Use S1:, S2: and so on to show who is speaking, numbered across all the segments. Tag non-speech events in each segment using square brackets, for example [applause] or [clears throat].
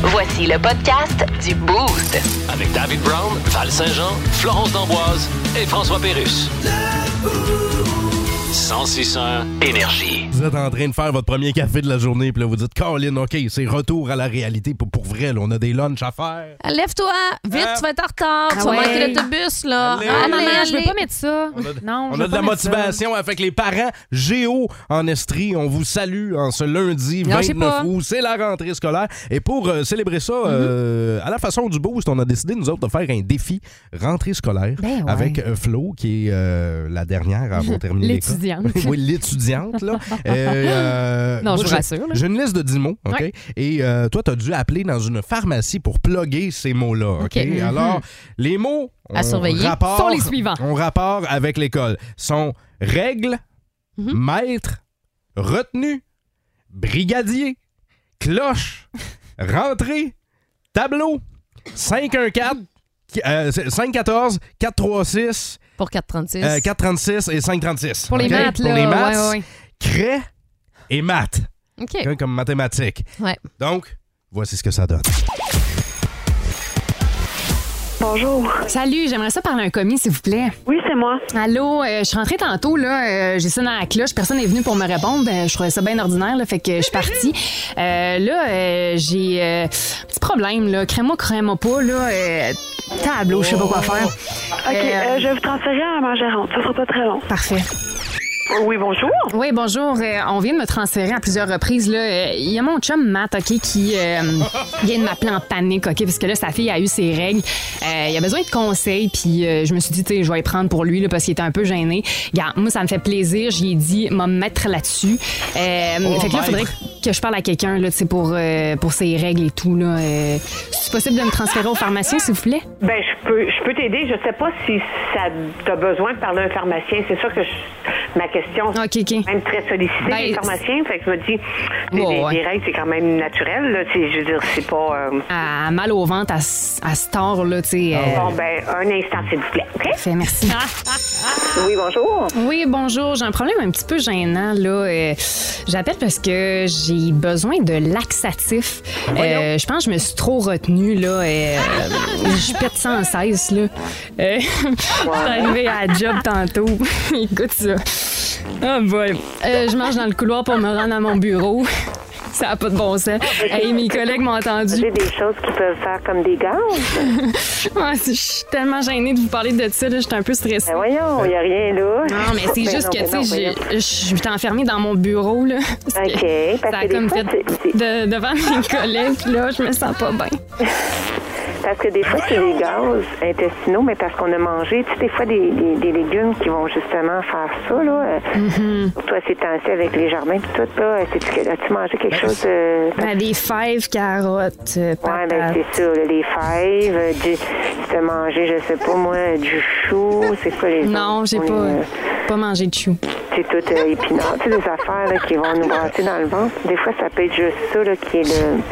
S1: Voici le podcast du Boost.
S2: Avec David Brown, Val Saint-Jean, Florence D'Amboise et François Pérus. 1061 Énergie.
S3: Vous êtes en train de faire votre premier café de la journée, puis là, vous dites, Colin, OK, c'est retour à la réalité pour, pour vrai. là, on a des lunchs à faire.
S4: Lève-toi, vite, tu vas être en retard, tu vas
S5: ouais.
S4: manquer l'autobus, là.
S3: Euh. Allez.
S4: Allez,
S5: Ah, maman, je
S4: Ah
S5: veux
S4: allez.
S5: pas mettre ça.
S3: On a de-
S5: non, je
S3: On
S5: veux
S3: a de
S5: pas
S3: la
S5: mettre ça.
S3: motivation avec les parents. Géo en Estrie, on vous salue en ce lundi
S4: Non, je sais
S3: 29
S4: pas.
S3: août. C'est la rentrée scolaire. Et pour euh, célébrer ça,
S5: Mm-hmm.
S3: euh, à la façon du boost, on a décidé, nous autres, de faire un défi rentrée scolaire
S5: Ben ouais.
S3: avec euh, Flo, qui est euh, la dernière avant de terminer l'école.
S5: L'étudiante.
S3: [laughs] oui, l'étudiante. là. Euh, euh,
S5: [laughs] Non,
S3: moi,
S5: je vous
S3: j'ai-
S5: rassure, là.
S3: J'ai une liste de 10 mots, OK?
S5: Ouais.
S3: Et euh, toi, tu as dû appeler dans une pharmacie pour plugger ces mots-là, OK?
S5: OK. Mhm.
S3: Alors, les mots
S4: À
S3: ont
S4: surveiller
S3: rapport-
S5: sont les suivants.
S3: Ont rapport avec l'école. Sont règles,
S5: Mhm.
S3: maître, retenue, brigadier,
S5: [laughs]
S3: cloche, rentrée, tableau, 514, euh, 514, 436,
S4: Pour 4,36.
S3: euh, 436 et 536.
S5: Pour les
S3: OK?
S5: maths, là.
S3: Pour les maths,
S5: Ouais, Eh. ouais, ouais.
S3: craie et maths.
S4: OK.
S3: Quelqu'un comme mathématiques.
S4: Ouais.
S3: Donc, voici ce que ça donne.
S6: Bonjour.
S5: Salut, j'aimerais ça parler à un commis, s'il vous plaît.
S6: Oui, c'est moi.
S5: Allô, euh, je suis rentrée tantôt, là, euh, j'ai sonné à la cloche, personne n'est venu pour me répondre. Euh, je trouvais ça bien ordinaire, là, fait que je suis partie. Euh, là, euh, j'ai euh, un petit problème, là. Crée-moi, crée-moi pas, là. euh, tableau, je sais pas quoi faire.
S3: Oh.
S6: OK, euh, je vais vous transférer à ma gérante. Ça sera pas très long.
S5: Parfait.
S6: Oh Oui, bonjour.
S5: Oui, bonjour. Euh, on vient de me transférer à plusieurs reprises. là. Euh, Il y a mon chum Matt, OK, qui euh, vient de m'appeler en panique, OK, parce que là, sa fille a eu ses règles. Euh, il a besoin de conseils, puis euh, je me suis dit, tu sais, je vais y prendre pour lui, là, parce qu'il était un peu gêné. Regarde, moi, ça me fait plaisir. J'y ai dit, m'a mettre là-dessus. Euh,
S3: Oh,
S5: fait que là, faudrait
S3: maître.
S5: que je parle à quelqu'un, là, tu sais, pour, euh, pour ses règles et tout, là. Euh, C'est possible de me transférer au pharmacien, s'il vous plaît?
S7: Ben, je peux, je peux t'aider. Je sais pas si ça t'as besoin de parler à un pharmacien. C'est sûr que je- ma question, c'est
S5: OK, OK.
S7: même très sollicitée,
S5: Ben,
S7: les pharmaciens. Fait que je me dis, les,
S5: Ouais,
S7: les-
S5: ouais.
S7: les règles, c'est quand même naturel. Là, Tu sais, je veux dire, c'est pas... euh,
S5: À, à mal au ventre, à, s- à Star, là, tu sais. euh,
S7: Bon, ben, un instant, s'il vous plaît. OK?
S5: Fait, merci.
S7: Oui, bonjour.
S5: Oui, bonjour. J'ai un problème un petit peu gênant, là. Euh, J'appelle parce que j'ai besoin de laxatif. Euh, je pense que je me suis trop retenue, là. Euh, je pète 116, là. Euh, [laughs] je suis arrivée à la job tantôt. [laughs] Écoute ça. Oh boy. Euh, je marche dans le couloir pour me rendre à mon bureau. [laughs] Ça n'a pas de bon sens. Hey, mes collègues m'ont entendu.
S7: J'ai des choses qui peuvent faire comme des gaz.
S5: Ah, je suis tellement gênée de vous parler de ça. là. J'étais un peu stressée.
S7: Ben voyons, il n'y a rien là.
S5: Non, mais
S7: [laughs]
S5: c'est
S7: Ben
S5: juste
S7: non,
S5: que,
S7: ben non,
S5: tu sais,
S7: ben
S5: j'ai- je suis enfermée dans mon bureau, là. [laughs]
S7: OK, parce
S5: Ça a
S7: que des
S5: comme
S7: fois,
S5: fait
S7: c'est-
S5: de- devant mes collègues, puis là, je me sens pas bien.
S7: non. Parce que des fois, c'est des gaz intestinaux, mais parce qu'on a mangé, tu sais, des fois, des, des- des légumes qui vont justement faire ça, là. euh,
S5: Mm-hmm.
S7: Surtout à ces temps-ci avec les jardins, puis tout, là. c'est- As-tu mangé quelque chose de.
S5: Ben, des fèves, carottes, euh,
S7: Ouais,
S5: patates.
S7: ben c'est ça, là, les fèves, euh, du... tu as mangé, je sais pas moi, du chou, c'est quoi les
S5: non,
S7: autres?
S5: j'ai
S7: On
S5: pas,
S7: est, euh,
S5: pas mangé de chou.
S7: C'est tout euh, épinard. Tu sais, des affaires là, qui vont nous brasser dans le ventre. Des fois, ça peut être juste ça là, qui est le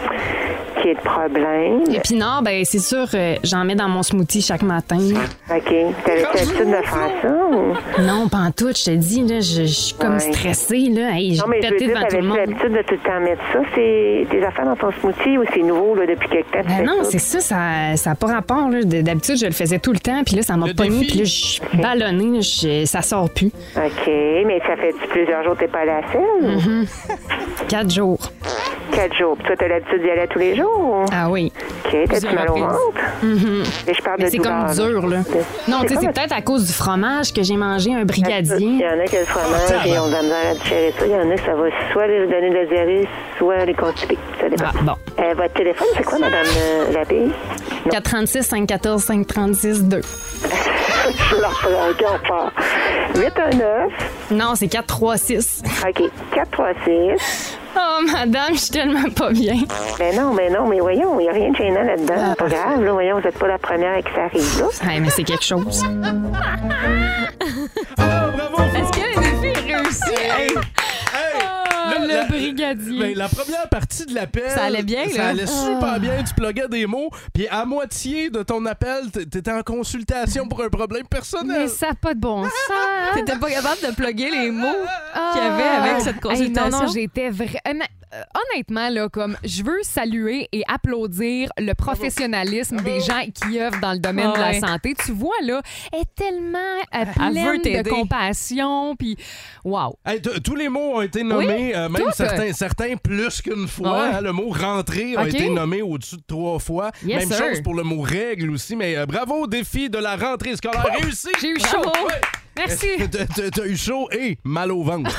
S7: qui est le problème.
S5: Épinards, ben c'est sûr, euh, j'en mets dans mon smoothie chaque matin.
S7: OK. T'avais l'habitude de faire ça? ou-
S5: Non, pas en tout, je te dis, là, je je suis comme
S7: Ouais.
S5: stressée, là. Hey, j'ai
S7: Non, mais je veux
S5: pété
S7: dire,
S5: devant tout le
S7: t'avais-tu
S5: monde.
S7: l'habitude de tout le temps mettre ça? C'est des affaires dans ton smoothie ou c'est nouveau là, depuis quelque temps? tu fais
S5: Ben non,
S7: ça?
S5: c'est ça, ça n'a pas rapport. là. De- D'habitude, je le faisais tout le temps, puis là, ça m'a
S3: Le
S5: pas mis,
S3: défi.
S5: puis là, je suis ballonnée, là, je- ça Mm-hmm. sort plus.
S7: OK. Mais ça fait plusieurs jours que t'es pas allé à la selle?
S5: Quatre jours.
S7: Quatre jours. Puis toi, t'as l'habitude d'y aller à tous les jours?
S5: Ah oui.
S7: OK. T'as-tu mal au
S5: reprises. Mm-hmm.
S7: ventre? Et je parle
S5: Mais
S7: de
S5: c'est comme
S7: douleur,
S5: dur, là. Non, tu sais, c'est
S7: comme- euh,
S5: peut-être à cause du fromage que j'ai mangé un
S7: Il y
S5: brigadier.
S7: en a qui ont le
S5: Ah,
S7: fromage et ont de la misère à digérer ça. Il y en a, ça va soit les donner de la diarrhée, soit les constiper. Ça dépend.
S5: Ah, bon.
S7: Euh, votre téléphone, c'est quoi, Madame euh, Labbé?
S5: 436, 514, 536,
S7: [laughs]
S5: 2.
S7: Je leur fais encore peur. 819,
S5: Non, c'est 436.
S7: OK, 436.
S5: Oh, madame, je suis tellement pas bien.
S7: Mais non, mais non, mais voyons, il n'y a rien de gênant là-dedans.
S8: Ah,
S7: C'est pas grave, là, voyons, vous n'êtes pas la première à qui ça arrive, là.
S5: Hey, mais c'est quelque chose.
S3: bravo!
S4: Est-ce que le défi est réussi?
S3: Hey! Là, la-
S5: Ah, le brigadier.
S3: Ben, la première partie de l'appel.
S4: Ça allait bien,
S3: Ça
S4: là.
S3: allait
S5: Ah.
S3: super bien. Tu pluguais des mots. Puis à moitié de ton appel, t- t'étais en consultation pour un problème personnel.
S5: Mais ça n'a pas de bon sens.
S4: T'étais pas capable de plugger les mots. qu'il y avait
S5: Ah.
S4: avec cette consultation.
S5: Hey, non, non, j'étais vraiment. euh, Honnêtement, là, comme je veux saluer et applaudir le professionnalisme des gens qui œuvrent dans le domaine de
S4: Ouais.
S5: la santé. Tu vois, là, elle est tellement euh,
S4: elle veut
S5: pleine
S4: t'aider.
S5: de compassion. Puis, waouh!
S3: Hey, t- tous les mots ont été nommés, euh, même
S5: tout.
S3: certains, certains plus qu'une fois.
S5: Ah ouais.
S3: hein, le mot rentrer a
S5: Ok.
S3: été nommé au-dessus de trois fois.
S5: Yes,
S3: même
S5: sir.
S3: chose pour le mot règle aussi. Mais euh, bravo au défi de la rentrée scolaire réussi.
S5: J'ai eu chaud.
S3: Ouais.
S5: Merci.
S3: T'as- t'as- T'as eu chaud et mal au ventre.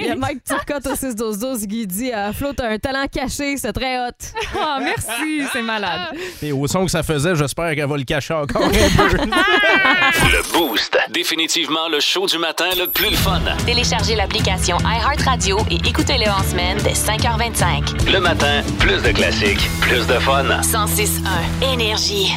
S4: Il y a
S5: [laughs] Ouais.
S4: Mike Turcotte au 6-12-12 qui dit euh, Flo, t'as un talent caché, c'est très hot.
S5: Ah, merci, c'est malade.
S3: et au son que ça faisait, j'espère qu'elle va le cacher encore un peu.
S2: Le Boost. Définitivement le show du matin le plus le fun.
S1: Téléchargez l'application iHeartRadio et écoutez-le en semaine dès 5h25.
S2: Le matin, plus de classiques, plus de fun.
S1: 106.1 Énergie.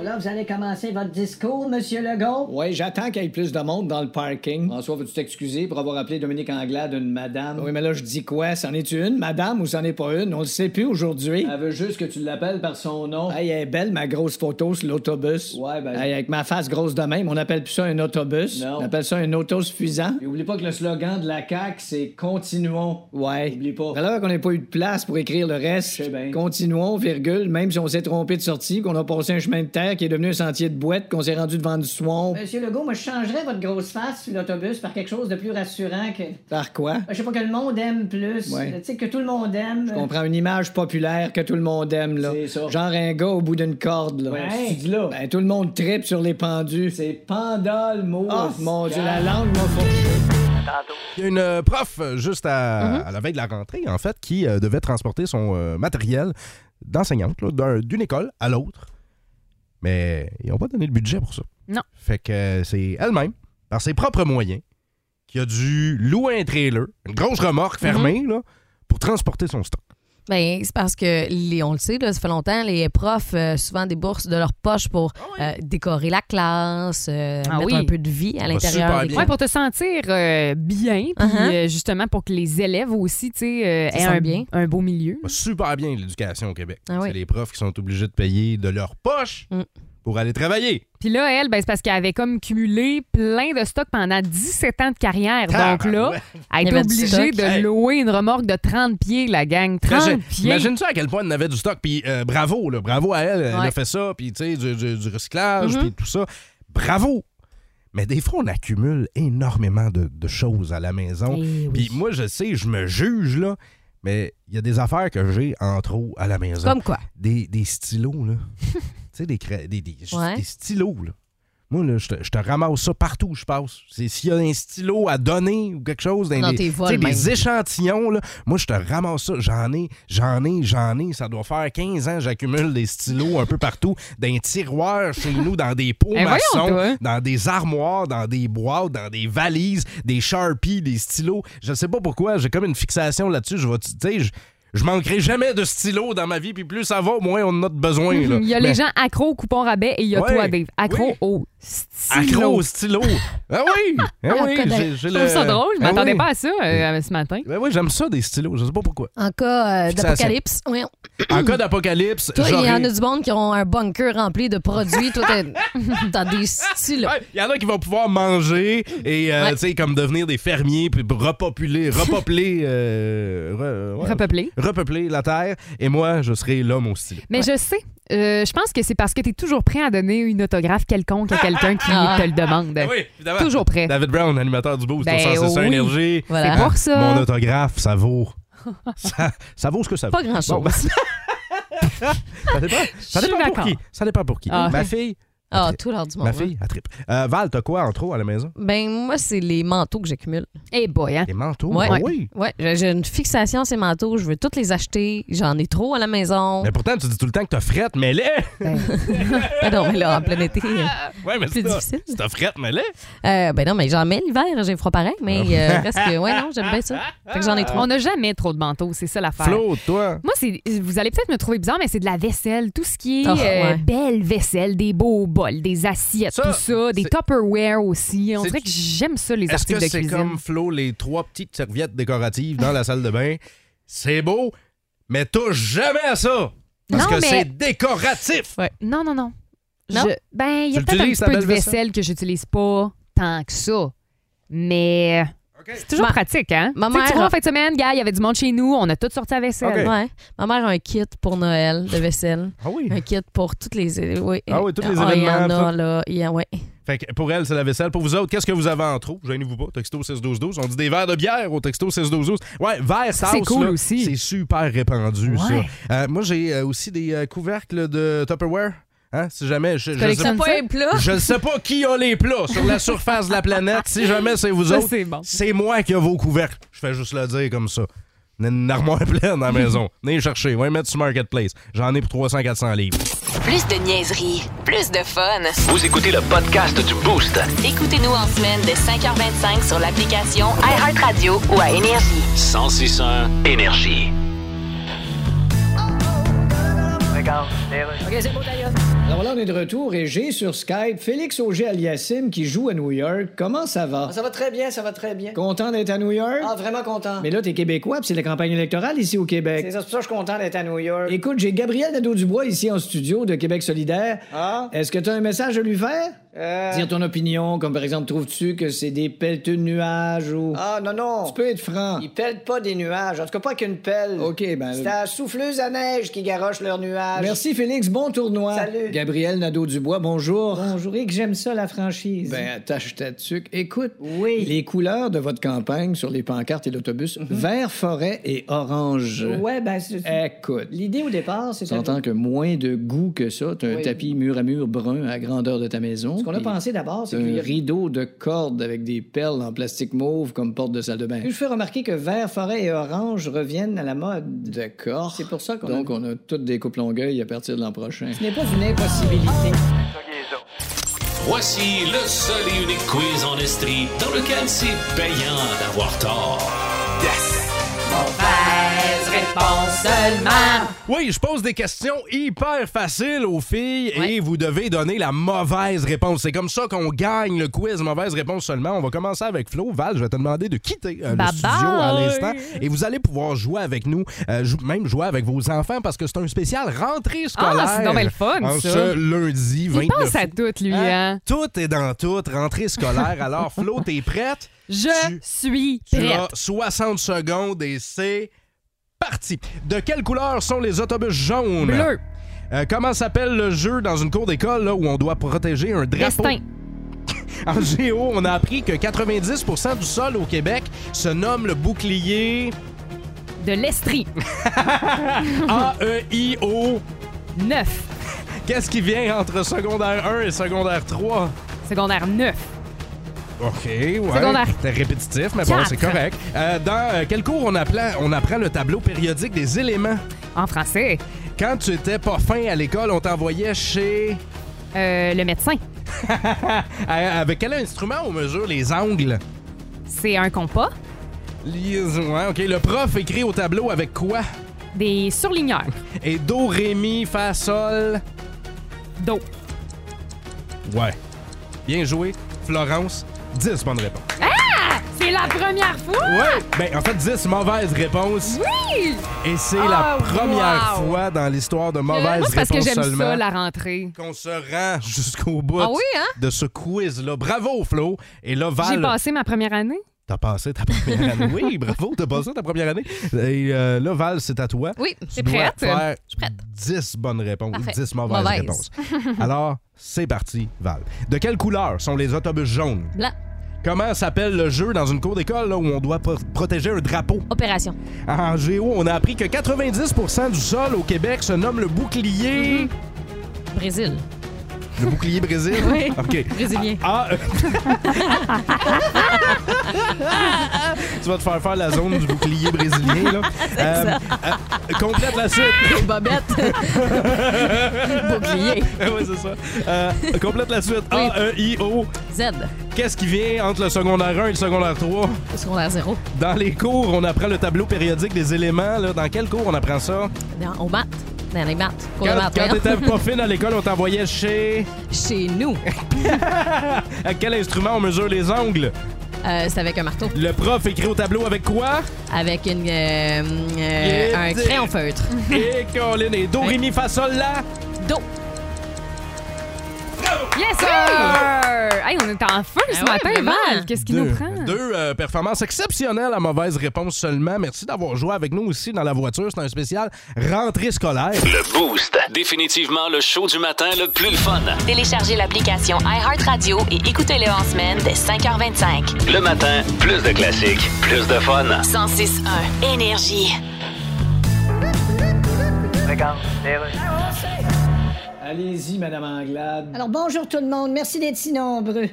S9: Alors, vous allez commencer votre discours, Monsieur Legault?
S10: Oui, j'attends qu'il y ait plus de monde dans le parking. François, veux-tu t'excuser pour avoir appelé Dominique Anglade une madame? Oui, mais là, je dis quoi? C'en est une, madame, ou c'en est pas une? On le sait plus aujourd'hui. Elle veut juste que tu l'appelles par son nom. Hey, elle est belle, ma grosse photo sur l'autobus. Ouais, ben... avec ma face grosse de même, on appelle plus ça un autobus. On appelle ça un autosuffisant. Et oublie pas que le slogan de la CAQ, c'est « Continuons ». Ouais. Oublie pas. Alors qu'on n'a pas eu de place pour écrire le reste, continuons, virgule, même si on s'est trompé de sortie, qu'on a passé un chemin de terre qui est devenu un sentier de boîte, qu'on s'est rendu devant du swamp.
S9: Monsieur Legault, moi, je changerais votre grosse face sur l'autobus par quelque chose de plus rassurant que.
S10: Par quoi?
S9: Je sais pas, que le monde aime plus.
S10: Ouais.
S9: Tu sais, que tout le monde aime.
S10: On prend une image populaire que tout le monde aime, là. Genre un gars au bout d'une corde, là.
S9: Ouais. Tu dis
S10: là. Ben, tout le monde tripe sur les pendus. C'est panda, le mot. Oh, mon Dieu, la langue m'a
S3: Il y a une euh, prof euh, juste à, à la veille de la rentrée, en fait, qui euh, devait transporter son euh, matériel d'enseignante là, d'un- d'une école à l'autre. Mais ils n'ont pas donné le budget pour ça.
S5: Non.
S3: Fait que euh, c'est elle-même, par ses propres moyens, qui a dû louer un trailer, une grosse remorque fermée, là, pour transporter son stock.
S4: Ben, c'est parce que, les, on le sait, là, ça fait longtemps, les profs euh, souvent déboursent de leur poche pour
S3: Ah
S4: euh, décorer la classe, euh,
S5: Ah
S4: mettre
S5: oui.
S4: un peu de vie à l'intérieur
S3: super
S4: des
S3: bien.
S5: Ouais, pour te sentir euh, bien, puis
S4: Uh-huh.
S5: euh, justement pour que les élèves aussi, tu sais, euh,
S4: Se
S5: aient
S4: sentent
S5: un,
S4: bien.
S5: un beau milieu.
S3: Va super bien l'éducation au Québec.
S4: Ah oui.
S3: C'est les profs qui sont obligés de payer de leur poche
S4: Mm.
S3: pour aller travailler.
S5: Puis là, elle, ben, c'est parce qu'elle avait comme cumulé plein de stocks pendant 17 ans de carrière. Donc là,
S3: Tabarouette.
S5: elle
S4: Il y avait
S5: était
S4: du
S5: obligée
S4: stock.
S5: de
S3: Hey.
S5: louer une remorque de 30 pieds, la gang. 30
S3: Imagine-
S5: pieds.
S3: Imagine ça à quel point elle en avait du stock. Puis euh, bravo, là, bravo à elle. Elle
S4: Ouais. Mm-hmm.
S3: a fait ça, puis tu sais, du, du- du recyclage, puis tout ça. Bravo! Mais des fois, on accumule énormément de, de choses à la maison.
S5: Eh oui.
S3: Puis moi, je sais, je me juge, là, mais il y a des affaires que j'ai en trop à la maison.
S4: Comme quoi?
S3: Des, des stylos,
S4: [laughs]
S3: là. tu sais, des, cra- des, des, juste
S4: Ouais.
S3: des stylos, là. Moi, là, je te, je te ramasse ça partout où je passe. C'est- S'il y a un stylo à donner ou quelque chose, dans,
S4: Dans
S3: des,
S4: tes
S3: tu sais, des
S4: vols, même.
S3: échantillons, là, moi, je te ramasse ça. J'en ai, j'en ai, j'en ai. Ça doit faire 15 ans j'accumule des stylos un peu partout, dans les tiroirs chez nous, dans des pots
S4: Eh,
S5: Ben voyons,
S3: maçons,
S5: toi.
S3: dans des armoires, dans des boîtes, dans des valises, des Sharpies, des stylos. Je sais pas pourquoi, j'ai comme une fixation là-dessus. Je vais, tu sais, je, je manquerai jamais de stylos dans ma vie, puis plus ça va, moins on en a de besoin. là.
S5: [laughs] Il y a
S3: Mais-
S5: les gens accro au coupon rabais et il y a
S3: Ouais.
S5: toi, Dave. Accro
S3: Oui.
S5: au stylo.
S3: Accro au stylo.
S5: [laughs]
S3: Ah oui! Ah oui! j'ai- j'ai
S5: Je
S3: le-
S5: trouve ça drôle. Je
S3: Ah
S5: m'attendais
S3: oui.
S5: pas à ça euh, ce matin.
S3: Ben oui, j'aime ça des stylos, je sais pas
S5: [clears throat]
S3: pourquoi.
S4: En cas euh,
S3: Fixation.
S4: d'apocalypse, oui.
S3: En cas d'apocalypse,
S4: Toi, il y en
S3: j'aurai-
S4: a du monde qui ont un bunker rempli de produits. Toi, t'es- [laughs] t'as des stylos.
S3: Ouais, Il y en a qui vont pouvoir manger et euh,
S4: Ouais.
S3: tu sais comme devenir des fermiers puis repopuler, repeupler, euh, re- ouais,
S5: Repeuplé.
S3: repeupler la terre. Et moi, je serai l'homme au stylo.
S5: Mais je sais. euh, je pense que c'est parce que tu es toujours prêt à donner une autographe quelconque à quelqu'un qui
S4: [laughs] Ah.
S5: te le demande.
S3: Ah oui, évidemment.
S5: Toujours prêt.
S3: David Brown, animateur du Boost,
S5: Ben
S3: au sens de ça,
S5: oui.
S3: énergie.
S4: Voilà.
S5: C'est pour ça.
S3: Mon autographe, ça vaut. ça, ça vaut ce que ça vaut.
S4: Pas grand-chose.
S3: Bon, ben, ça dépend, ça
S5: Je suis
S3: dépend pour
S5: d'accord.
S3: qui. Ça dépend pour qui.
S5: Ah.
S3: Ma fille, [laughs]
S4: Ah, tout l'heure du monde.
S3: ma fille, elle tripe. Euh, Val, t'as quoi en trop à la maison?
S4: hein. Ben, moi, c'est les manteaux que j'accumule.
S5: Eh boy, hein.
S3: Des manteaux?
S4: Ouais.
S3: Ah oui.
S4: Ouais, j'ai j'ai une fixation ces manteaux. Je veux toutes les acheter. J'en ai trop à la maison.
S3: Mais pourtant, tu dis tout le temps que t'as frette, mais là!
S4: Ben non, mais là, en plein été. euh,
S3: [laughs] Ouais, mais
S4: Plus
S3: c'est ça.
S4: difficile.
S3: C'est ta frette, mais là.
S4: Euh, ben non, mais j'en mets l'hiver, j'ai froid pareil, mais
S3: Ah.
S4: euh, reste que, ouais, non, j'aime bien ça. Fait que j'en ai
S5: On
S4: trois.
S5: n'a jamais trop de manteaux, c'est ça l'affaire.
S3: Flo, toi.
S5: Moi, c'est, vous allez peut-être me trouver bizarre, mais c'est de la vaisselle. Tout ce qui est
S4: Oh,
S5: euh,
S4: ouais.
S5: belle vaisselle, des beaux
S11: bols, des assiettes,
S3: Ça,
S11: tout ça, des
S3: c'est-
S11: Tupperware aussi. On
S3: c'est-
S11: dirait que j'aime ça, les
S3: Est-ce
S11: articles
S3: que
S11: de
S3: c'est
S11: cuisine.
S3: comme Flo, les trois petites serviettes décoratives dans la salle de bain? C'est beau, mais touche jamais à ça! Parce
S11: Non,
S3: que
S11: mais-
S3: c'est décoratif!
S11: Ouais. Non, non, non.
S4: Non?
S11: Je- Ben, il y a
S3: Tu
S11: peut-être un petit
S3: l'utilises, ta
S11: peu de
S3: belle-vaisselle?
S11: vaisselle que j'utilise pas tant que ça. Mais c'est toujours
S4: Ma-
S11: pratique, hein?
S4: ma
S11: Tu sais,
S4: mère
S11: tu vois,
S4: a-
S11: en fin de semaine, gars, il y avait du monde chez nous, on a toutes sorti la vaisselle.
S3: Ok.
S4: Ouais. Ma mère a un kit pour Noël de vaisselle.
S3: Ah oui?
S4: Un kit pour toutes les. Oui.
S3: Ah oui, tous les
S4: Ah, Il y en
S3: événements,
S4: a,
S3: tout.
S4: là. Il y a- ouais.
S3: Fait que pour elle, c'est la vaisselle. Pour vous autres, qu'est-ce que vous avez en trop? Gênez-vous pas. Texto 6-12-12. On dit des verres de bière au texto 6-12-12. Ouais, verre,
S11: Ça,
S3: sauce.
S11: c'est cool
S3: là,
S11: aussi.
S3: C'est super répandu,
S11: Ouais.
S3: ça. Euh, moi, j'ai euh, aussi des euh, couvercles de Tupperware. Hein, si jamais. Je, je sais
S11: collectionnes
S3: pas.
S11: ça?
S3: [laughs] Je ne sais pas qui a les plats sur la surface de la planète. Si jamais c'est vous
S11: Ça,
S3: autres,
S11: c'est bon.
S3: c'est moi qui ai vos couvercles. Je fais juste le dire comme ça. Une- Une armoire [laughs] pleine à la maison. Venez les chercher. Venez les mettre sur Marketplace. J'en ai pour 300-400 livres.
S1: Plus de niaiserie, plus de fun.
S2: Vous écoutez le podcast du Boost.
S1: Écoutez-nous en semaine de 5h25 sur l'application iHeartRadio ou à Énergie.
S2: 1061 Énergie.
S10: Alors voilà, on est de retour et j'ai sur Skype Félix Auger Aliassim qui joue à New York. Comment ça va?
S9: Ça va très bien, ça va très bien.
S10: Content d'être à New York?
S9: Ah, vraiment content.
S10: Mais là, t'es québécois, puis c'est la campagne électorale ici au
S9: C'est
S10: Québec.
S9: ça, c'est pour ça que je suis content d'être à New York.
S10: Écoute, j'ai Gabriel Nadeau-Dubois ici en studio de Québec solidaire.
S9: Ah?
S10: Est-ce que t'as un message à lui faire?
S9: Euh...
S10: Dire ton opinion, comme par exemple, trouves-tu que c'est des pelleteux de nuages ou...
S9: Ah, non,
S10: Tu
S9: non.
S10: peux être franc.
S9: Ils pèlent pas des nuages. En tout cas, pas qu'une pelle.
S10: OK, ben...
S9: C'est la souffleuse à neige qui garoche leurs nuages.
S10: Merci Félix, bon tournoi.
S9: Salut.
S10: Gabriel Nadeau-Dubois, bonjour.
S9: Bonjour, et que j'aime ça, la franchise.
S10: Ben, attache ta tuque. Écoute,
S9: Oui. Mhm.
S10: les couleurs de votre campagne sur les pancartes et l'autobus, vert, forêt et orange.
S9: Ouais, ben, c'est...
S10: Écoute,
S9: L'idée au départ, c'est...
S10: t'entends que moins de goût que ça, t'as un
S9: Oui.
S10: tapis mur à mur brun à la grandeur de ta maison.
S9: Ce qu'on a
S10: puis
S9: pensé d'abord, c'est
S10: t'as
S9: qu'il y
S10: un
S9: a-
S10: rideau de cordes avec des perles en plastique mauve comme porte de salle de bain.
S9: Je fais remarquer que vert, forêt et orange reviennent à la mode.
S10: D'accord.
S9: C'est pour ça qu'on a-
S10: Donc, on a toutes des coupes longueuil à partir de l'an prochain.
S9: Ce n'est pas une impossibilité.
S2: Voici le seul et unique quiz en estrie dans lequel c'est payant d'avoir tort.
S3: Oui, je pose des questions hyper faciles aux filles et
S4: Ouais.
S3: vous devez donner la mauvaise réponse. C'est comme ça qu'on gagne le quiz mauvaise réponse seulement. On va commencer avec Flo. Val, je vais te demander de quitter euh, le
S11: Bye
S3: studio à
S11: bye.
S3: l'instant et vous allez pouvoir jouer avec nous, euh, jou- même jouer avec vos enfants parce que c'est un spécial rentrée scolaire.
S11: Ah, c'est donc bien le fun,
S3: en
S11: ça.
S3: ce lundi 29.
S11: Il pense à tout, lui, hein?
S3: Tout est dans tout, rentrée scolaire. Alors, Flo, t'es prête?
S11: Je
S3: Tu-
S11: suis
S3: Tu
S11: prête.
S3: as 60 secondes et c'est parti. De quelle couleur sont les autobus jaunes?
S11: Bleu,
S3: Euh, comment s'appelle le jeu dans une cour d'école là, où on doit protéger un drapeau?
S11: destin,
S3: [laughs] En géo, on a appris que 90 du sol au Québec se nomme
S11: [laughs]
S3: le bouclier
S11: de l'estrie,
S3: A-E-I-O.
S11: 9,
S3: E Qu'est-ce qui vient entre secondaire 1 et secondaire 3?
S11: secondaire 9,
S3: OK, ouais.
S11: Secondaire.
S3: C'était répétitif, mais bon,
S11: Quatre.
S3: c'est correct. Euh, dans euh, quel cours on, appela- on apprend le tableau périodique des éléments?
S11: en français,
S3: Quand tu étais pas fin à l'école, on t'envoyait chez...
S11: euh, le médecin.
S3: Euh, Avec quel instrument on mesure les angles?
S11: C'est un compas,
S3: Liaison, hein? OK. Le prof écrit au tableau avec quoi?
S11: des surligneurs,
S3: Et Do, Ré, Mi, Fa, Sol.
S11: d'eau.
S3: Ouais. Bien joué, Florence. 10 bonnes réponses.
S11: C'est la première fois!
S3: Ouais! Ben, en fait, 10 mauvaises réponses.
S11: Oui!
S3: Et c'est
S11: Ah,
S3: la première
S11: wow. Euh,
S3: fois dans l'histoire de mauvaises
S11: Moi,
S3: réponses
S11: c'est parce que j'aime
S3: seulement
S11: ça, la rentrée.
S3: qu'on se rend jusqu'au bout
S4: Ah oui, hein?
S3: de ce quiz-là. Bravo, Flo! Et là,
S11: J'ai
S3: Val,
S11: passé ma première année.
S3: t'as passé ta
S11: [laughs]
S3: première année. Oui, bravo, t'as passé ta première année. Et euh, là, Val, c'est à toi.
S4: Oui,
S3: Tu
S4: c'est
S3: dois
S4: prête.
S11: euh,
S3: faire
S4: Je suis prête.
S3: 10 bonnes réponses,
S4: Parfait.
S3: 10 mauvaises
S4: Mauvaise. [laughs]
S3: réponses. Alors, c'est parti, Val. De quelle couleur sont les autobus jaunes?
S4: Blanc.
S3: Comment s'appelle le jeu dans une cour d'école là, où on doit pro- protéger un drapeau?
S4: Opération.
S3: En géo, on a appris que 90 du sol au Québec se nomme le bouclier.
S4: Mm-hmm. Brésil.
S3: Le bouclier Brésil?
S4: Oui.
S3: OK.
S4: Brésilien.
S3: Ah, euh, [laughs] tu vas te faire faire la zone du bouclier brésilien.
S4: [laughs]
S3: Là. Euh, euh, complète la suite. [laughs]
S4: Bobette. Bouclier.
S3: oui, c'est ça. Euh, complète la suite. A-E-I-O.
S4: Z.
S3: Qu'est-ce qui vient entre le secondaire 1 et le secondaire 3?
S4: Secondaire 0.
S3: Dans les cours, on apprend le tableau périodique des éléments. Là. Dans quel cours on apprend ça?
S4: Dans- Au mat. dans les maths. Cours de
S3: Quand,
S4: maths,
S3: quand
S4: voyons.
S3: t'étais
S11: [laughs]
S3: pas fine à l'école, on t'envoyait chez.
S4: [laughs] Chez nous.
S3: À quel instrument on mesure les angles?
S4: Euh, c'est avec un marteau.
S3: Le prof écrit au tableau
S11: [laughs]
S3: avec quoi?
S4: Avec une, euh, euh,
S3: Et
S4: un
S3: des-
S4: crayon feutre.
S3: Et Colin et Do, Ré, Mi, Fa, Sol, La.
S4: Do.
S11: Yes, sir! Hey, on est en feu ce
S8: Ben
S4: Ah ouais,
S11: matin,
S4: vraiment?
S11: Val. Qu'est-ce qui
S3: Deux-
S11: nous prend?
S3: Deux euh, performances exceptionnelles à mauvaise réponse seulement. Merci d'avoir joué avec nous aussi dans la voiture. C'est un spécial rentrée scolaire.
S2: Le Boost. Définitivement le show du matin le plus le fun.
S1: Téléchargez l'application iHeartRadio et écoutez-le en semaine dès 5h25.
S2: Le matin, plus de classiques, plus de fun.
S1: 106.1 Énergie.
S10: Allez-y, Madame Anglade.
S12: Alors bonjour tout le monde, merci d'être si nombreux.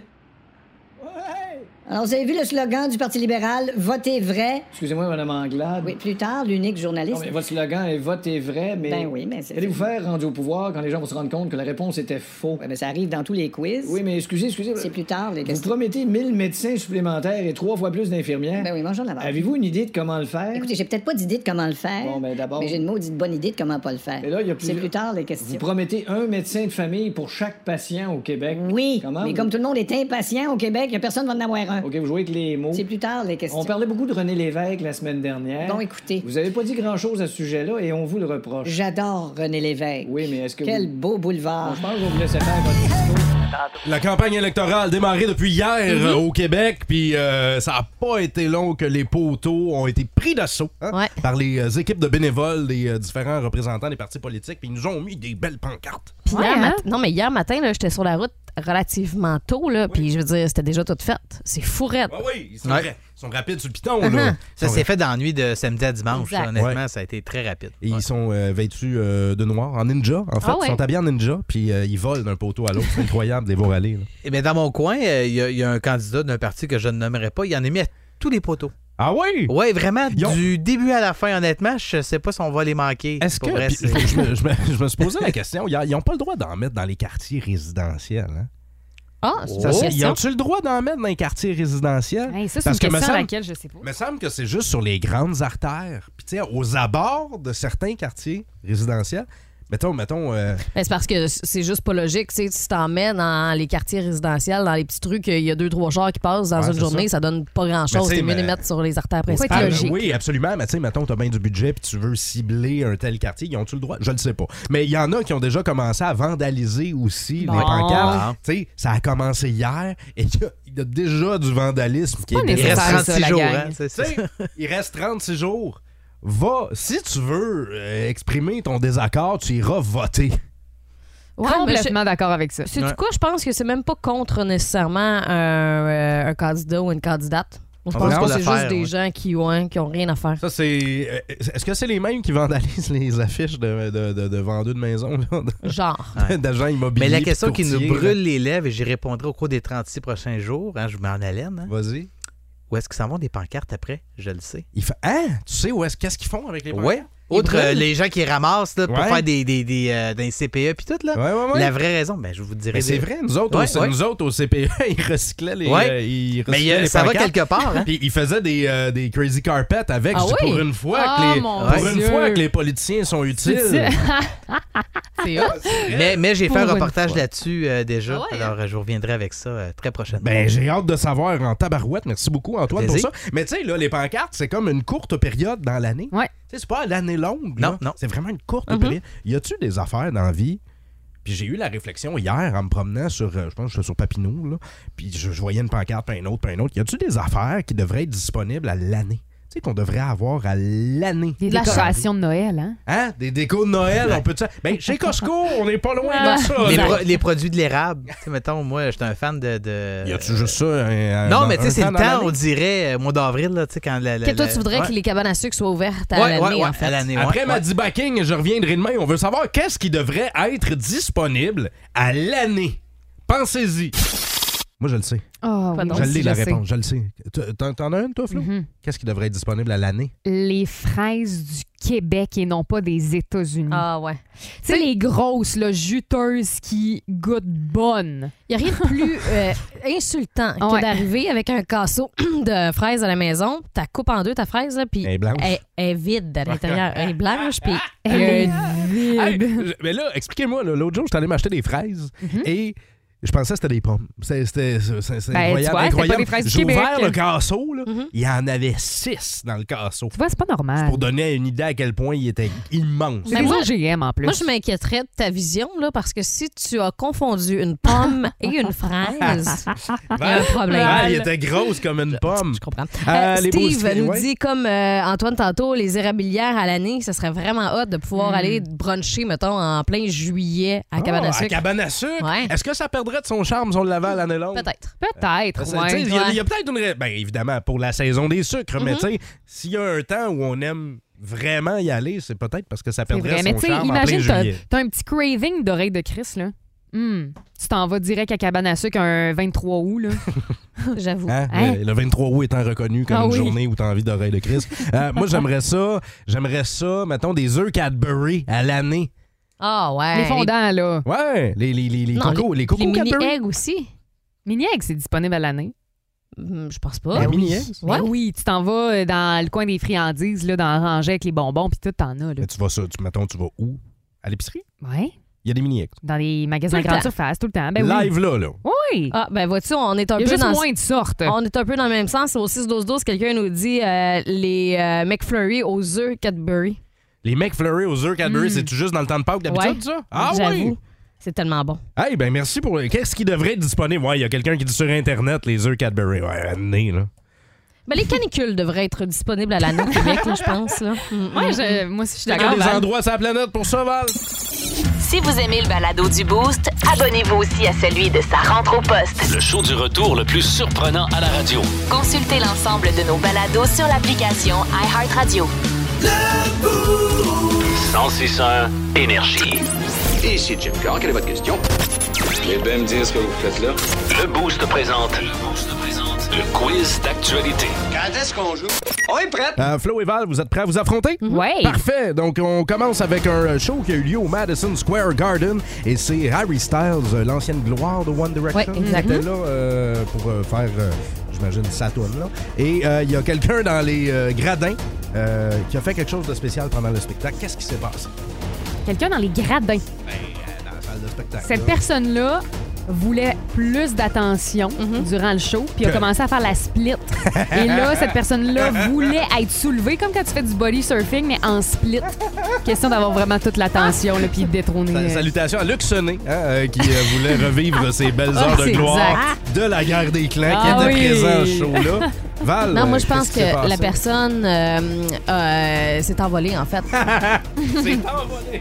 S12: Alors vous avez vu le slogan du Parti libéral, votez vrai.
S10: Excusez-moi, Madame Anglade.
S12: Oui, plus tard, l'unique journaliste.
S10: Non, mais votre slogan est vote est vrai, mais.
S12: Ben oui, mais c'est-
S10: Allez vous faire rendu au pouvoir quand les gens vont se rendre compte que la réponse était faux.
S12: mais ça arrive dans tous les quiz.
S10: Oui, mais excusez, excusez.
S12: C'est plus tard les
S10: Vous
S12: questions.
S10: promettez 1000 médecins supplémentaires et trois fois plus d'infirmières.
S12: Ben oui, bonjour d'abord.
S10: Avez-vous une idée de comment le faire?
S12: Écoutez, j'ai peut-être pas d'idée de comment le faire.
S10: Euh, Bon, ben, d'abord-
S12: Mais j'ai une maudite bonne idée de comment pas le faire.
S10: Mais là, il y a
S12: C'est
S10: plusieurs-
S12: plus tard les
S10: vous
S12: questions.
S10: promettez un médecin de famille pour chaque patient au Québec.
S12: Oui,
S10: Comment
S12: mais
S10: vous-
S12: comme tout le monde est impatient au Québec, y a personne va en avoir un.
S10: OK, vous jouez avec les mots.
S12: C'est plus tard les questions.
S10: On parlait beaucoup de René Lévesque la semaine dernière.
S12: Bon, écoutez.
S10: Vous avez pas dit grand-chose à ce sujet-là et on vous le reproche.
S12: J'adore René Lévesque.
S10: Oui, mais est-ce que
S12: Quel
S10: vous...
S12: beau boulevard.
S10: Je pense que vous vous laissez faire votre discours.
S3: La campagne électorale démarrée depuis hier
S4: Mhm.
S3: euh, au Québec, puis euh, ça n'a pas été long que les poteaux ont été pris d'assaut hein,
S4: Ouais.
S3: par les euh, équipes de bénévoles des euh, différents représentants des partis politiques, puis ils nous ont mis des belles pancartes.
S4: Puis
S11: Ouais,
S4: hier
S11: hein?
S4: mat- Non, mais hier matin, là, j'étais sur la route relativement tôt, là, puis je veux dire, c'était déjà tout fait. C'est fourrette.
S3: Ah oui, ils sont,
S8: Ouais.
S3: ra- ils sont rapides sur le piton.
S4: Uh-huh.
S3: là.
S8: Ça
S3: Ils sont
S8: s'est fait dans la nuit de samedi à dimanche.
S4: Exact.
S8: là, honnêtement,
S3: Ouais.
S8: ça a été très rapide.
S3: Et ils sont euh, vêtus euh, de noir, en ninja, en fait.
S4: Ah ouais.
S3: Ils sont habillés en ninja, puis euh, ils volent d'un poteau à l'autre. C'est incroyable de les voir aller. là.
S8: Et bien, dans mon coin, euh, il y, a- il y a un candidat d'un parti que je ne nommerai pas. Il en a mis à tous les poteaux.
S3: Ah oui?
S8: Ouais, vraiment,
S3: Ils ont-
S8: du début à la fin, honnêtement, je sais pas si on va les manquer.
S3: Est-ce
S8: Pour
S3: que.
S8: vrai,
S3: puis
S8: c'est-
S3: je, me, je me- je me suis posé la question. Ils n'ont pas le droit d'en mettre dans les quartiers résidentiels. hein?
S4: Ah, c'est une
S3: Ça,
S4: bonne
S3: c'est- Ils
S4: question.
S3: ont-tu Oh, le droit d'en mettre dans les quartiers résidentiels?
S11: Hey, ça, c'est
S3: Parce
S11: une
S3: que me
S11: question à
S3: semble-
S11: laquelle je sais pas.
S3: Il me semble que c'est juste sur les grandes artères. Puis, tu sais, aux abords de certains quartiers résidentiels. Mettons, mettons. euh,
S4: Ben, c'est parce que c'est juste pas logique. tu sais, Si t'en mets dans les quartiers résidentiels, dans les petites rues qu'il y a deux, trois chars qui passent dans
S3: Ouais,
S4: une
S3: c'est
S4: journée, ça. donne pas grand-chose.
S3: Mais tu sais,
S4: C'est mieux
S3: mais-
S4: de les mettre sur les artères
S11: Faut être
S4: principales.
S11: logique.
S3: Oui, absolument. Mais tu sais, mettons, t'as bien du budget puis tu veux cibler un tel quartier. Ils ont-tu le droit? Je le sais pas. Mais il y en a qui ont déjà commencé à vandaliser aussi les
S11: Bon.
S3: pancartes. Tu sais, ça a commencé hier et il y a- il y, a déjà du vandalisme qui
S11: pas
S3: est
S8: Il reste
S11: nécessaire, ça,
S8: 36
S11: la
S8: jours.
S11: gang.
S8: hein, c'est-
S3: Tu sais, [laughs] il reste 36 jours. Va, si tu veux euh, exprimer ton désaccord, tu iras voter.
S4: Ouais,
S8: Ah,
S4: mais je-
S11: Complètement d'accord avec ça.
S4: C'est du coup, je pense que c'est même pas contre nécessairement un, euh, un candidat ou une candidate. Je
S8: On
S4: pense
S8: a
S4: que
S8: pas
S4: c'est
S8: d'affaires,
S4: juste des
S8: ouais.
S4: gens qui, ouais, qui ont rien à faire.
S3: Ça, c'est. euh, Est-ce que c'est les mêmes qui vandalisent [laughs] les affiches de, de, de- de vendeurs de maisons, là, de-
S4: Genre.
S3: d'agents immobiliers?
S8: Mais la
S3: puis
S8: question qui nous
S3: courtiers, là?
S8: brûle les lèvres, et j'y répondrai au cours des 36 prochains jours, hein, je vous mets en haleine, hein.
S3: Vas-y.
S8: où est-ce qu'ils s'en vont des pancartes après? Je le sais.
S3: Il fait. Hein? Tu sais où est-ce qu'est-ce qu'ils font avec les
S8: Ouais. Outre euh, les gens qui ramassent là, pour
S3: Ouais.
S8: faire des, des, des, euh, des CPE puis tout, là.
S3: Ouais, ouais, ouais.
S8: la vraie raison, ben, je vous dirai.
S3: Mais c'est
S8: des-
S3: vrai, nous autres,
S8: Ouais,
S3: au,
S8: ouais.
S3: nous autres au CPE, [laughs] ils recyclaient les.
S8: Ouais.
S3: euh, ils
S8: Mais il y a-
S3: recyclaient les
S8: ça va
S3: pancartes.
S8: quelque part. hein.
S3: [laughs] Puis ils faisaient des, euh, des crazy carpets avec,
S4: Ah
S3: je dis,
S4: oui?
S3: pour une fois
S11: Ah,
S3: que les,
S11: mon
S3: pour une
S11: Dieu.
S3: fois que les politiciens sont utiles.
S4: C'est hot.
S8: mais mais j'ai fait un
S11: Pour une
S8: reportage là-dessus euh, déjà.
S4: Ah ouais,
S8: Alors, euh, je vous reviendrai avec ça euh, très prochainement.
S3: Ben, j'ai hâte de savoir en tabarouette. Merci beaucoup, Antoine, pour
S8: Plaisir.
S3: ça. Mais tu sais, là, les pancartes, c'est comme une courte période dans l'année.
S11: Ouais. Mm-hmm.
S3: Tu sais, c'est pas l'année longue. là.
S8: Non, non.
S3: C'est vraiment une courte période. Y a-tu des affaires dans la vie? Puis j'ai eu la réflexion hier en me promenant sur, euh, je pense que j'étais sur Papineau, là. Puis je, je voyais une pancarte, puis une autre, puis une autre. Y a-tu des affaires qui devraient être disponibles à l'année? Tu sais, qu'on devrait avoir à l'année.
S8: euh,
S11: Des décorations de Noël, hein?
S3: Hein? Des décos de Noël, on peut dire. Ben, chez Costco, on n'est pas loin de ça.
S8: les,
S3: là.
S8: pro- les produits de l'érable. Tu sais, mettons, moi, j'étais un fan de. de-
S3: Y a-tu juste ça? un- un-
S8: Non, mais tu sais,
S3: un
S8: c'est
S3: temps
S8: le
S3: dans
S8: temps,
S3: l'année?
S8: on dirait, euh, mois d'avril, là, tu sais, quand la. la-
S4: Que toi,
S8: la-
S4: tu voudrais
S8: Ouais.
S4: que les cabanes à sucre soient ouvertes à
S8: Ouais,
S4: l'année,
S8: ouais, ouais,
S4: en fait.
S8: à l'année, ouais,
S3: Après
S8: ouais.
S3: ma debugging, je reviens de demain. On veut savoir qu'est-ce qui devrait être disponible à l'année. Pensez-y. Moi, je le sais.
S8: Oh,
S5: Ah, oui.
S3: je
S5: Pardon,
S3: l'ai,
S5: si
S3: la
S5: je sais.
S3: réponse. Je le sais. Tu- T'en t'en as une, toi, Flo?
S5: Mhm.
S3: Qu'est-ce qui devrait être disponible à l'année?
S5: Les fraises du Québec et non pas des États-Unis.
S4: Ah ouais.
S5: Tu sais, les grosses, là, juteuses qui goûtent bonnes.
S4: Il n'y a rien de plus euh, insultant que
S5: Ouais.
S4: d'arriver avec un casseau [clears throat] de fraises à la maison. T'as coupes en deux ta fraise, là, puis
S3: Elle est blanche.
S4: Elle, elle est vide à l'intérieur. Elle est blanche,
S8: [laughs]
S4: puis
S5: elle est vide.
S3: Hey, je- mais là, expliquez-moi, là, l'autre jour, je suis allé m'acheter des fraises
S5: Mm-hmm.
S3: et je pensais que c'était des pommes. C'est- C'était c'est- c'est- c'est
S5: Ben,
S3: incroyable.
S5: tu vois, c'était
S3: incroyable.
S5: pas des fraises du
S3: J'ai
S5: Québec. Mm-hmm.
S3: ouvert le casseau, là, il y en avait six dans le casseau.
S5: Tu vois, c'est pas normal.
S3: Pour donner une idée à quel point il était immense.
S4: Mais moi-
S5: OGM en plus.
S4: Moi, je m'inquiéterais de ta vision, là, parce que si tu as confondu une pomme et une fraise, il y a un problème.
S3: Val, Ah, il était grosse comme une pomme. Je
S4: comprends.
S3: Euh, les beaux
S4: Steve
S3: citrons,
S4: nous
S3: ouais.
S4: dit, comme euh, Antoine tantôt, les érabilières à l'année, ça serait vraiment hot de pouvoir aller bruncher, mettons, en plein juillet à Cabane à
S3: Ah,
S4: sucre.
S3: cabane à sucre.
S4: Ouais.
S3: Est-ce que ça perdrait de son charme si on le lavait à l'année longue?
S4: Peut-être.
S5: Peut-être,
S3: Parce que, tu sais,
S5: ouais.
S3: Il y a, il y a peut-être une. ra- Ben, évidemment, pour la saison des sucres, mais
S5: Mhm.
S3: tu sais, s'il y a un temps où on aime vraiment y aller, c'est peut-être parce que ça
S5: C'est
S3: perdrait
S5: vrai, mais
S3: son
S5: tu sais,
S3: charme en
S5: imagine,
S3: plein
S5: t'as
S3: juillet.
S5: t'as un petit craving d'oreille de Chris, là. Hum, Tu t'en vas direct à cabane à sucre un 23 août,
S3: [laughs]
S5: là.
S4: J'avoue.
S3: Hein? Le, le 23 août étant reconnu comme
S5: Ah
S3: une
S5: oui.
S3: journée où tu as envie d'oreille de Christ. Euh, moi, j'aimerais ça. J'aimerais ça, mettons, des œufs Cadbury à l'année.
S4: Ah ouais.
S5: Les fondants, là.
S3: Ouais, les, les, les, les
S4: Non,
S3: cocos, les, cocos
S4: les mini
S3: Cadbury.
S4: eggs aussi. Hmm,
S5: Mini eggs, c'est disponible à l'année.
S4: je pense pas.
S3: Les mini eggs?
S5: Ouais. ben oui, tu t'en vas euh, dans le coin des friandises, là, dans la rangée avec les bonbons, puis tout, t'en as, là.
S3: Mais tu vas ça, tu, mettons, tu vas où? À l'épicerie?
S5: Ouais.
S3: Il y a des mini eggs.
S5: Dans les magasins
S4: Tout le
S5: grande
S4: temps.
S5: surface, tout le temps. Ben oui.
S3: Live là, là.
S5: Oui.
S4: Ah, ben vois-tu, on est un
S5: Il y a
S4: peu
S5: juste
S4: dans...
S5: moins de sortes.
S4: On est un peu dans le même sens. Au 6-12-12, quelqu'un nous dit euh, les euh, McFlurry aux œufs Cadbury.
S3: Les McFlurry aux œufs Cadbury,
S4: Mm.
S3: c'est-tu juste dans le temps de Pâques d'habitude,
S4: Ouais.
S3: ça? Ah
S4: J'avoue.
S3: oui!
S4: C'est tellement bon.
S3: Hey, ben merci pour. Qu'est-ce qui devrait être disponible? Ouais, il y a quelqu'un qui dit sur Internet les œufs Cadbury. Ouais, année, là.
S4: Ben, les canicules devraient être disponibles à l'année au Québec, là, je pense. Là.
S5: Ouais, je- moi aussi, je suis
S3: Il y a
S5: d'accord.
S3: des
S5: Val.
S3: endroits sur la planète pour ça, Val.
S1: Si vous aimez le balado du Boost, abonnez-vous aussi à celui de sa rentre au poste.
S2: Le show du retour le plus surprenant à la radio.
S1: Consultez l'ensemble de nos balados sur l'application iHeartRadio.
S2: 1061 Énergie.
S13: Ici Jim Carr, quelle est votre question? Vous bien me dire ce que vous faites là?
S2: Le Boost présente. Le Boost présente. Le quiz d'actualité. Quand est-ce qu'on joue? On est prêt.
S3: Euh, Flo et Val, vous êtes prêts à vous affronter?
S5: Mhm. Ouais.
S3: Parfait. Donc, on commence avec un show qui a eu lieu au Madison Square Garden et c'est Harry Styles, euh, l'ancienne gloire de One Direction,
S4: Ouais,
S3: qui
S4: exact.
S3: était là euh, pour euh, faire, euh, j'imagine, sa tourne, là. Et euh, il y a quelqu'un dans les euh, gradins euh, qui a fait quelque chose de spécial pendant le spectacle. Qu'est-ce qui s'est passé?
S5: Quelqu'un dans les gradins.
S3: Dans la salle de spectacle.
S5: Cette
S3: là.
S5: personne-là voulait plus d'attention
S4: Mm-hmm.
S5: durant le show, puis a
S3: Que-
S5: commencé à faire la split.
S3: [laughs]
S5: Et là, cette personne-là voulait être soulevée, comme quand tu fais du body surfing, mais en split. Question d'avoir vraiment toute l'attention, là, puis de détrôner.
S3: Sa-
S5: euh,
S3: Salutations à Luc Sonnet, hein, euh, qui euh, voulait
S5: [laughs]
S3: revivre ses belles heures de
S5: C'est
S3: gloire
S5: exact.
S3: de la guerre des clans,
S5: Ah
S3: qui
S5: oui.
S3: était présent au
S5: [laughs]
S3: show-là. Val,
S4: Non, moi, je
S3: euh, qu'est-ce
S4: pense
S3: qui
S4: que
S3: s'est
S4: la
S3: passé?
S4: personne euh, euh, s'est envolée, en fait.
S3: [laughs]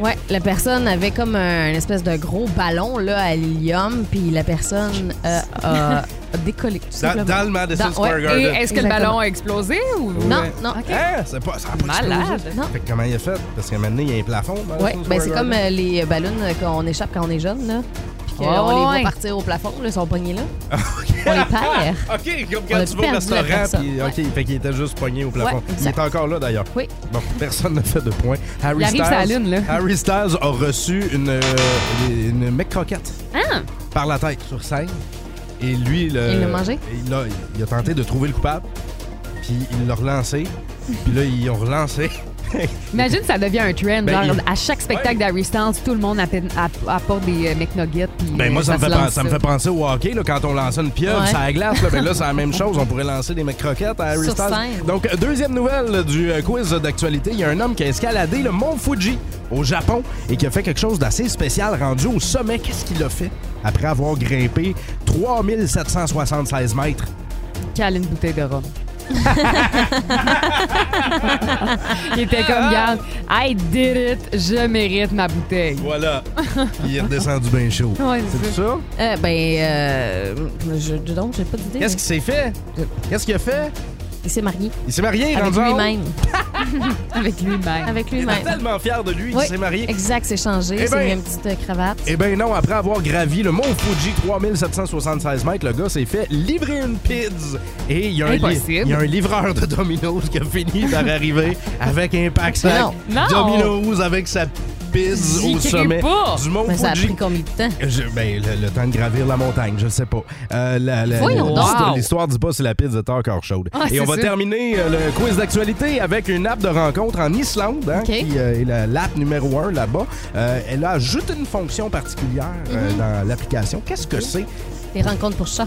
S4: ouais, la personne avait comme un une espèce de gros ballon là, à l'hélium, puis la personne euh, a
S3: [laughs]
S4: a décollé. tout
S3: Dans,
S4: simplement.
S3: dans le Madison
S4: Dans- ouais.
S3: Square Garden.
S5: Et est-ce que le
S4: Exactement.
S5: ballon a explosé ou.
S4: Non, non.
S3: Hein? C'est pas, ça a pas
S5: Malade.
S3: explosé.
S4: Non.
S3: Fait que comment il a fait? Parce qu'à un moment donné, il y a un plafond. dans
S4: Ouais,
S3: le Madison
S4: ben c'est
S3: Square
S4: comme
S3: Garden.
S4: euh, les ballons qu'on échappe quand on est jeune, là. Puis qu'on les voit
S5: Ouais.
S4: partir au plafond, là, ils sont pognés là. On les perd.
S3: OK, comme
S4: on
S3: quand
S4: a
S3: tu vas au
S4: perdu la
S3: restaurant.
S4: personne.
S3: Puis, OK, fait qu'il était juste pogné au plafond.
S4: Ouais,
S3: il
S4: exact.
S3: est encore là, d'ailleurs.
S4: Oui.
S3: Bon, personne n'a fait de point. Harry
S5: Il arrive sur la
S3: Styles-
S5: lune, là.
S3: Harry Styles a reçu une, euh, une mec coquette
S5: Ah!
S3: par la tête sur scène. Et lui, le-
S4: Il l'a mangé?
S3: Il a, il a tenté de trouver le coupable. Puis il l'a relancé. Puis là, ils ont relancé.
S5: Imagine, ça devient un trend.
S3: Ben,
S5: genre,
S3: il-
S5: à chaque spectacle d'Harry Styles, tout le monde appe- app- apporte des euh, McNuggets. puis,
S3: Ben moi,
S5: euh,
S3: ça, me
S5: se
S3: fait,
S5: lance
S3: pen- ça me fait penser au hockey, là, quand on lançait une pieuvre
S4: Ouais.
S3: sur la glace. Là, ben là, c'est la même chose. On pourrait lancer des mecs croquettes à Harry
S4: Sur
S3: Styles.
S4: scène.
S3: Donc, deuxième nouvelle du euh, quiz d'actualité. Il y a un homme qui a escaladé le mont Fuji au Japon et qui a fait quelque chose d'assez spécial rendu au sommet. Qu'est-ce qu'il a fait après avoir grimpé 3776 mètres?
S5: cale une bouteille
S3: [laughs]
S5: de rhum. Il était comme, garde, I did it, je mérite ma bouteille.
S3: Voilà. Il est redescendu bien chaud.
S5: Ouais, c'est
S3: c'est tout ça?
S4: Euh, ben, euh, je, dis donc, j'ai pas d'idée.
S3: Qu'est-ce qui s'est fait? Qu'est-ce qu'il a fait?
S4: Il s'est marié.
S3: Il s'est marié,
S4: Avec
S3: rendu en haut.
S4: lui-même. Avec lui-même. Avec
S3: Il
S4: lui-même.
S3: est tellement fier de lui,
S4: Oui,
S3: il s'est marié.
S4: Exact, c'est changé.
S3: Eh
S4: c'est
S3: ben-
S4: une petite euh, cravate.
S3: Eh bien non, après avoir gravi le mont Fuji 3776 mètres, le gars s'est fait livrer une pizza. Et il y, a un li-
S14: Impossible.
S3: il y a un livreur de Domino's qui a fini par arriver avec un pack sac
S4: Non. Non.
S3: Domino's avec sa pizza
S4: J'y
S3: au
S4: crie
S3: sommet
S4: pas.
S3: du mont
S4: Mais ça a
S3: Fuji.
S4: pris combien de temps?
S3: Je- ben, le, le temps de gravir la montagne, je ne sais pas. Euh, la- la-
S4: Voyons
S3: la- l'histoire-
S4: donc.
S3: L'histoire du bas, c'est la pizza tard encore chaude.
S4: Ah,
S3: Et
S4: c'est
S3: on va
S4: sûr.
S3: terminer euh, le quiz d'actualité avec une app de rencontre en Islande, hein, qui euh, est la- l'app numéro un là-bas. Euh, elle a ajouté une fonction particulière euh,
S4: Mhm.
S3: dans l'application. Qu'est-ce que c'est?
S4: Les rencontres pour chats.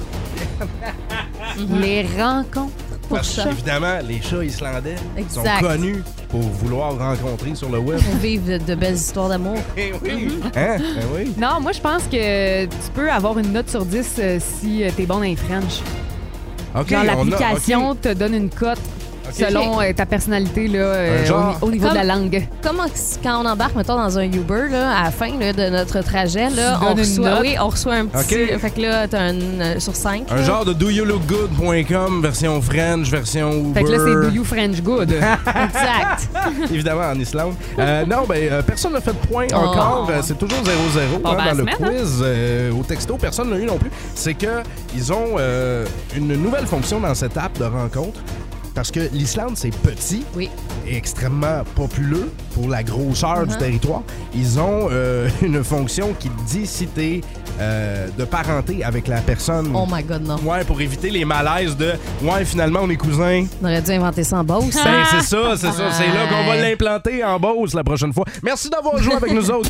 S4: Mhm. Les rencontres pour
S3: Parce
S4: chats.
S3: qu'évidemment, les chats islandais
S4: Exact.
S3: sont connus pour vouloir rencontrer sur le
S4: [laughs]
S3: web.
S4: Pour vivre de- de belles histoires d'amour. Mm-hmm.
S3: Hein? Ben oui.
S11: Non, moi, je pense que tu peux avoir une note sur 10 euh, si euh, t'es bon dans les French.
S3: OK,
S11: Genre,
S3: on a-
S11: l'application te donne une cote
S3: OK.
S11: selon euh, ta personnalité là, euh,
S3: genre-
S11: au, au niveau de la
S4: Comme-
S11: langue.
S4: Comment quand on embarque, mettons, dans un Uber, là, à la fin là, de notre trajet, là,
S11: Tu
S4: on,
S11: donnes une
S4: reçoit,
S11: note.
S4: oui, on reçoit un petit...
S3: OK.
S4: Fait que là, t'as un euh, sur 5.
S3: Un genre de doyoulookgood.com, version French, version Uber.
S11: Fait que là, c'est Do You French Good. exact.
S3: [laughs] Évidemment, en Islande. Euh, non, ben, euh, personne n'a fait de point
S11: Oh.
S3: encore. Euh, c'est toujours 0-0
S11: Bon,
S3: hein,
S11: ben, à
S3: dans le
S11: semaine, hein.
S3: quiz. Euh, au texto, personne n'a eu non plus. C'est que ils ont euh, une nouvelle fonction dans cette app de rencontre. Parce que l'Islande, c'est petit et extrêmement populeux pour la grosseur du
S11: Uh-huh.
S14: Mhm.
S3: territoire. Ils ont euh, [laughs] une fonction qui te dit si t'es euh, de parenté avec la personne.
S4: Oh my God, non.
S3: Ouais, pour éviter les malaises de « Ouais, finalement, on est cousins ».
S4: On aurait dû inventer ça en Beauce.
S3: Ben, c'est ça, c'est ça. C'est là qu'on va
S4: Ouais.
S3: l'implanter en Beauce la prochaine fois. Merci d'avoir joué avec nous autres.